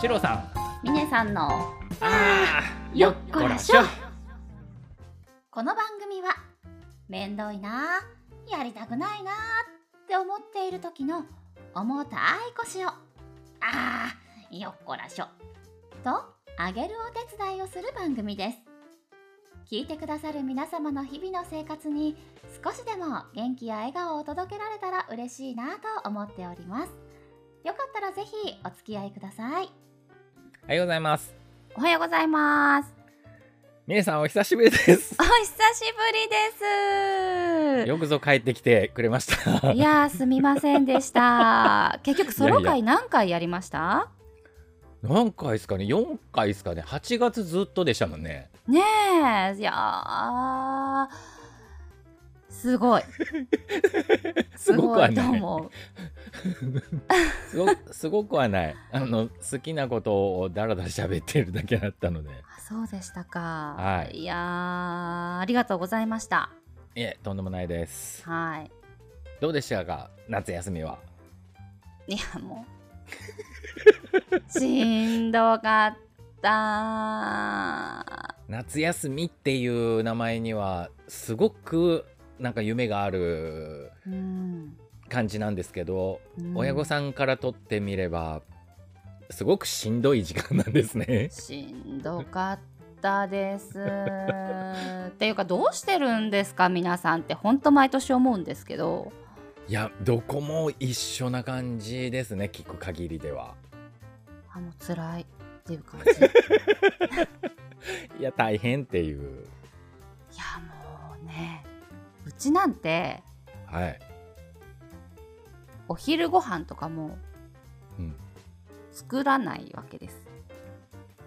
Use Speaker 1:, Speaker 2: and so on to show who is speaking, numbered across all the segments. Speaker 1: シロさん
Speaker 2: ミネさんの
Speaker 1: あー
Speaker 2: よっこらしょ
Speaker 1: よっ
Speaker 2: この番組はめんどいなあやりたくないなあって思っている時の重たい腰をあーよっこらしょとあげるお手伝いをする番組です聞いてくださる皆様の日々の生活に少しでも元気や笑顔を届けられたら嬉しいなあと思っておりますよかったらぜひお付き合いください
Speaker 1: おはようございます
Speaker 2: おはようございます
Speaker 1: ミネさんお久しぶりです
Speaker 2: お久しぶりです
Speaker 1: よくぞ帰ってきてくれました
Speaker 2: いやーすみませんでした。結局ソロ
Speaker 1: いやい
Speaker 2: 会何回やりました
Speaker 1: 何回ですかね4回ですかね8月ずっとでしたもんね
Speaker 2: ねえいやーすごい
Speaker 1: すごくはい
Speaker 2: と
Speaker 1: ない
Speaker 2: 思う。
Speaker 1: すごすごくはないあの好きなことをだらだら喋ってるだけだったので
Speaker 2: あそうでしたか。
Speaker 1: はい
Speaker 2: い、やーありがとうございました。
Speaker 1: いえとんでもないです
Speaker 2: はい。
Speaker 1: どうでしたか夏休みはい
Speaker 2: やも うしんどかった。
Speaker 1: 夏休みっていう名前にはすごくなんか夢がある
Speaker 2: うん。
Speaker 1: 感じなんですけど、
Speaker 2: うん
Speaker 1: 親御さんからとってみればすごくしんどい時間なんですね
Speaker 2: しんどかったです。っていうかどうしてるんですか皆さんってほんと毎年思うんですけど
Speaker 1: いやどこも一緒な感じですね聞く限りでは
Speaker 2: あもう辛いっていう感じ。い
Speaker 1: いや大変っていう
Speaker 2: やもうねうちなんて
Speaker 1: はい
Speaker 2: お昼ご飯とかも
Speaker 1: うん
Speaker 2: 作らないわけです。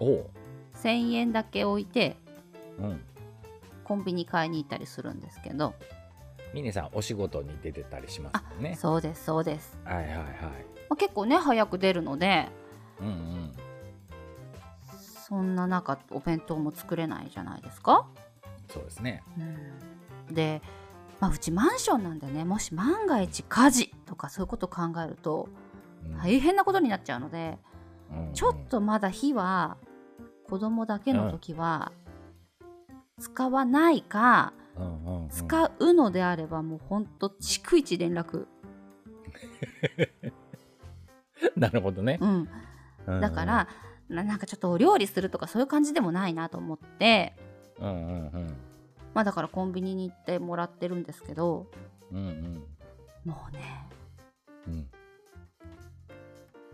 Speaker 1: おう
Speaker 2: 1,000円だけ置いて
Speaker 1: うん
Speaker 2: コンビニ買いに行ったりするんですけど、
Speaker 1: ミネさんお仕事に出てたりしますもんね
Speaker 2: そうですそうです。
Speaker 1: はいはいはい
Speaker 2: まあ、結構ね早く出るので
Speaker 1: うんうん
Speaker 2: そんな中お弁当も作れないじゃないですか。
Speaker 1: そうですね
Speaker 2: うんで、まあ、うちマンションなんでねもし万が一火事とかそういうことを考えると
Speaker 1: うん
Speaker 2: 大変なことになっちゃうので
Speaker 1: うんうん
Speaker 2: ちょっとまだ火は子供だけの時は使わないか
Speaker 1: うんうんうん
Speaker 2: 使うのであればもうほんと逐一連絡、
Speaker 1: なるほどね
Speaker 2: うん、
Speaker 1: うんうん
Speaker 2: だからななんかちょっとお料理するとかそういう感じでもないなと思って、
Speaker 1: うんうんうん
Speaker 2: まあ、だからコンビニに行ってもらってるんですけど
Speaker 1: うんうん
Speaker 2: もうね
Speaker 1: うん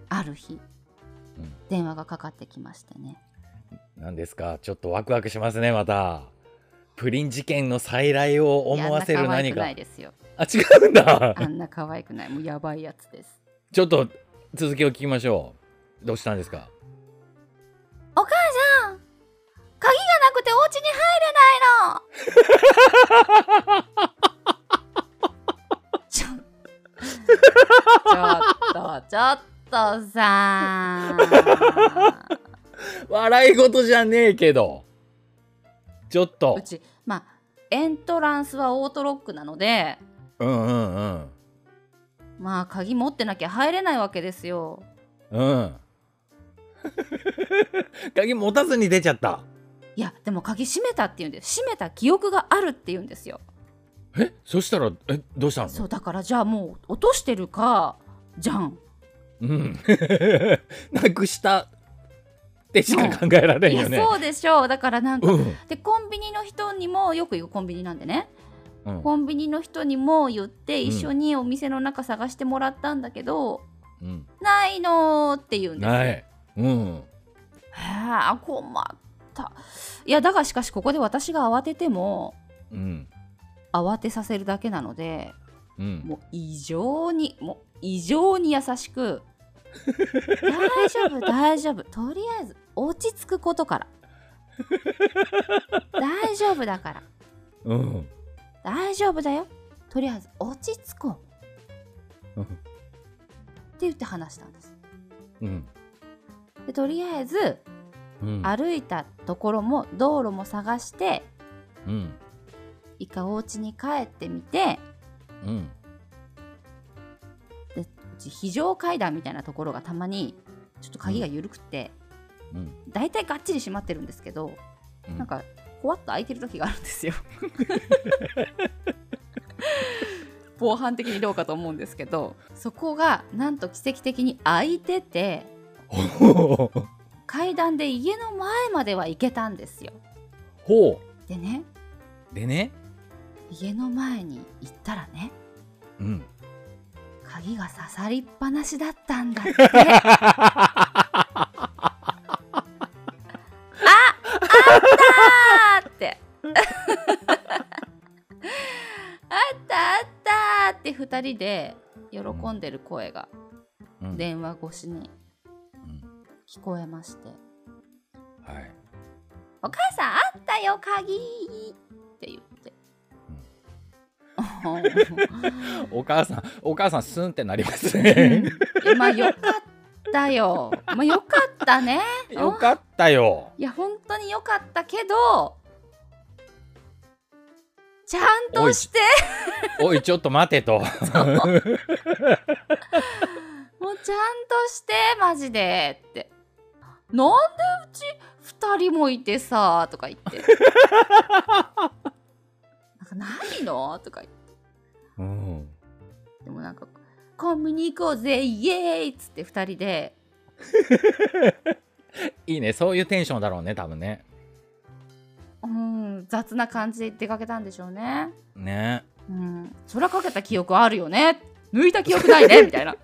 Speaker 2: ある日
Speaker 1: うん
Speaker 2: 電話がかかってきましてね
Speaker 1: 何ですかちょっとワクワクしますねまたプリン事件の再来を思わせる何か
Speaker 2: いやあんな可愛くないですよ。
Speaker 1: あ違うんだ
Speaker 2: あんな可愛くない、もうやばいやつです。
Speaker 1: ちょっと続きを聞きましょうどうしたんですか
Speaker 2: お母さん、鍵がなくてお家に入 れないの。ちょ、ちょっと、ちょっとさ
Speaker 1: 笑い事じゃねえけどちょっと
Speaker 2: うち、まあ、エントランスはオートロックなので、
Speaker 1: うんうんうん
Speaker 2: まあ、鍵持ってなきゃ入れないわけですよ。
Speaker 1: うん。 鍵持たずに出ちゃった。
Speaker 2: いや、でも鍵閉めたって言うんで、閉めた記憶があるって言うんですよ。
Speaker 1: え、そしたら、え、どうしたの
Speaker 2: そうだからじゃあもう落としてるかじゃん
Speaker 1: うん。 なくしたってしか考えられん
Speaker 2: い
Speaker 1: よ
Speaker 2: や
Speaker 1: ね。
Speaker 2: そうでしょうだからなんか、
Speaker 1: うん。
Speaker 2: でコンビニの人にもよく行くコンビニなんでね
Speaker 1: うん。
Speaker 2: コンビニの人にも言って
Speaker 1: うん
Speaker 2: 一緒にお店の中探してもらったんだけど、
Speaker 1: うん。
Speaker 2: ないのーって言うんですよ
Speaker 1: ない。うん。
Speaker 2: はあ困ったいやだがしかしここで私が慌てても
Speaker 1: うん。
Speaker 2: 慌てさせるだけなので
Speaker 1: うん。
Speaker 2: もう異常にもう異常に優しく 大丈夫大丈夫とりあえず落ち着くことから大丈夫だから
Speaker 1: うん。
Speaker 2: 大丈夫だよとりあえず落ち着こう
Speaker 1: うん
Speaker 2: って言って話したんです
Speaker 1: うん。
Speaker 2: でとりあえず
Speaker 1: うん。
Speaker 2: 歩いたところも道路も探して
Speaker 1: うん。
Speaker 2: 一回お家に帰ってみて
Speaker 1: うん。
Speaker 2: うち非常階段みたいなところがたまにちょっと鍵が緩くて、
Speaker 1: うん
Speaker 2: 大体がっちり閉まってるんですけど、
Speaker 1: うん
Speaker 2: なんかほわっと開いてる時があるん ですよ防犯的にどうかと思うんですけどそこがなんと奇跡的に開いてて
Speaker 1: ほう
Speaker 2: 階段で家の前までは行けたんですよ
Speaker 1: ほ
Speaker 2: でね
Speaker 1: うでね
Speaker 2: 家の前に行ったらね
Speaker 1: うん
Speaker 2: 鍵が刺さりっぱなしだったんだって ああったーって あったあったーって2人で喜んでる声が
Speaker 1: うん
Speaker 2: 電話越しに
Speaker 1: うん
Speaker 2: 聞こえまして
Speaker 1: はい
Speaker 2: 「お母さんあったよ鍵!」って言って。
Speaker 1: お母さんお母さんスンってなります
Speaker 2: う
Speaker 1: ね
Speaker 2: んいやまあよかったよ。まあよかったね。う ん
Speaker 1: よかったよ
Speaker 2: いや本当によかったけどちゃんとして
Speaker 1: おいちょっと待てと
Speaker 2: もうちゃんとしてマジでってなんでうち2人もいてさとか言ってなんかないのとか言っ
Speaker 1: うん
Speaker 2: てでもなんかコンビニ行こうぜイエーイっつって2人で
Speaker 1: いいねそういうテンションだろうね多分ね
Speaker 2: うん雑な感じで出かけたんでしょうね
Speaker 1: ね
Speaker 2: うん空かけた記憶あるよね抜いた記憶ないねみたいな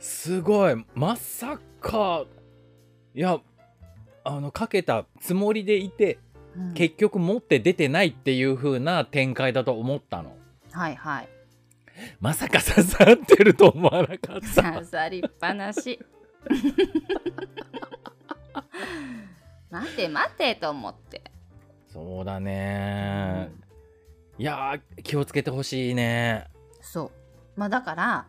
Speaker 1: すごいまさかいやあのかけたつもりでいて
Speaker 2: うん
Speaker 1: 結局持って出てないっていう風な展開だと思ったの
Speaker 2: はいはい
Speaker 1: まさか刺さってると思わなかった
Speaker 2: 刺さりっぱな し待て待てと思って
Speaker 1: そうだねいやー気をつけてほしいね
Speaker 2: そうまあだから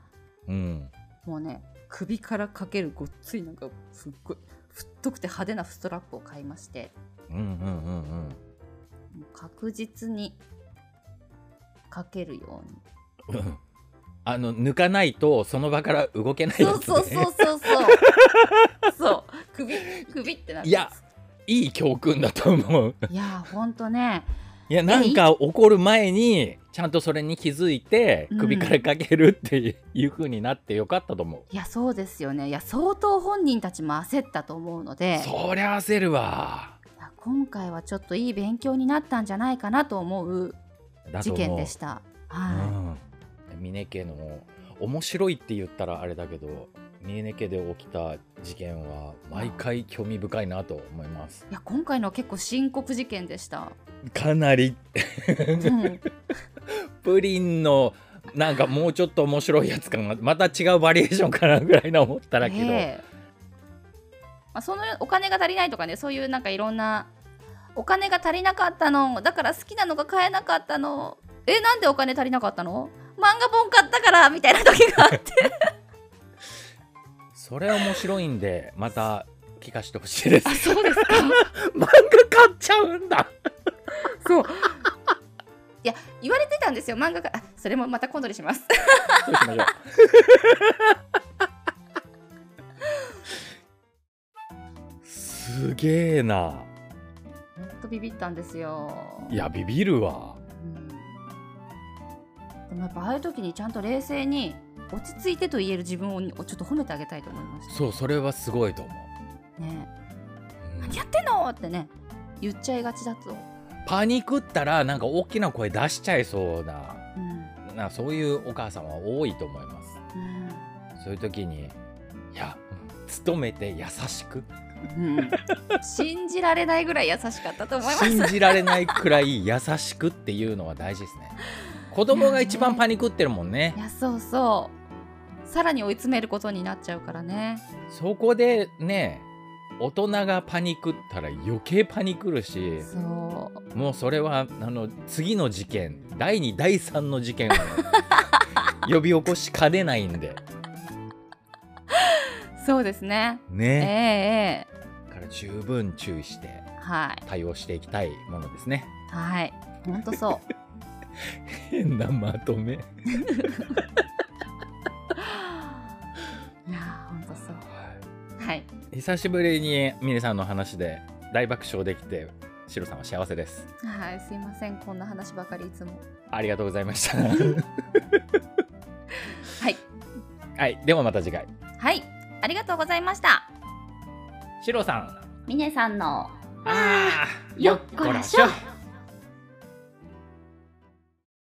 Speaker 1: うん
Speaker 2: もうね首からかけるごっついなんかすっごい太くて派手なストラップを買いまして
Speaker 1: うんうんうん
Speaker 2: もう確実にかけるように
Speaker 1: うんうんあの抜かないとその場から動けないや
Speaker 2: そう
Speaker 1: つ、ね、
Speaker 2: そうそうそ うそうそう首首ってなって
Speaker 1: いやいい教訓だと思う
Speaker 2: いやほんとね
Speaker 1: いやなんか起こる前にちゃんとそれに気づいて
Speaker 2: うん
Speaker 1: 首からかけるっていう風になってよかったと思う、
Speaker 2: いやそうですよねいや相当本人たちも焦ったと思うので
Speaker 1: そりゃ焦るわ
Speaker 2: いや今回はちょっといい勉強になったんじゃないかなと思う
Speaker 1: だと
Speaker 2: 事
Speaker 1: 思う
Speaker 2: 件でした。は
Speaker 1: うん、峰家の面白いって言ったらあれだけど峰家で起きた事件は毎回興味深いなと思います
Speaker 2: い、いや今回のは結構深刻事件でした。
Speaker 1: かなり
Speaker 2: うん、
Speaker 1: プリンのなんかもうちょっと面白いやつかなまた違うバリエーションかなぐらいな思ったらけど、
Speaker 2: ええまあ、そのお金が足りないとかねそういうなんかいろんなお金が足りなかったのだから好きなのが買えなかったのえなんでお金足りなかったの漫画本買ったからみたいな時 があって
Speaker 1: それ面白いんでまた聞かせてほしいです
Speaker 2: あそうですか
Speaker 1: 漫画買っちゃうんだ
Speaker 2: そういや言われてたんですよ漫画があそれもまた今度にし ます
Speaker 1: そうしましょうすげえな
Speaker 2: ほんとビビったんですよ。
Speaker 1: いやビビるわ
Speaker 2: うん、でもやっぱああいう時にちゃんと冷静に落ち着いてと言える自分をちょっと褒めてあげたいと思いまし
Speaker 1: そうそれはすごいと思
Speaker 2: た。ね
Speaker 1: う、うん
Speaker 2: 何やってんのってね言っちゃいがちだと。
Speaker 1: パニクったらなんか大きな声出しちゃいそうな
Speaker 2: うん
Speaker 1: なそういうお母さんは多いと思いますそういう時にいや努めて優しく
Speaker 2: うん うん、信じられないぐらい優しかったと思います。
Speaker 1: 信じられないくらい優しくっていうのは大事ですね子供が一番パニクってるもんね
Speaker 2: いやそうそうさらに追い詰めることになっちゃうからね。
Speaker 1: そこでね大人がパニクったら余計パニクるし
Speaker 2: そう
Speaker 1: もうそれはあの次の事件第2第3の事 件を呼び起こしかねないんで
Speaker 2: そうですね。ええ
Speaker 1: ね
Speaker 2: え
Speaker 1: だから十分注意して
Speaker 2: えはい
Speaker 1: 対応していきたいものですね
Speaker 2: はい本当そう。
Speaker 1: 変なまとめ
Speaker 2: はあ
Speaker 3: はい
Speaker 1: 久しぶりにミネさんの話で大爆笑できてシロさんは幸せです
Speaker 2: はいすいませんこんな話ばかりいつも
Speaker 1: ありがとうございま した
Speaker 2: はい
Speaker 1: はいではまた次回
Speaker 2: はいありがとうございました
Speaker 1: シロさん
Speaker 3: ミネさんの
Speaker 1: あー
Speaker 3: よっこらしょ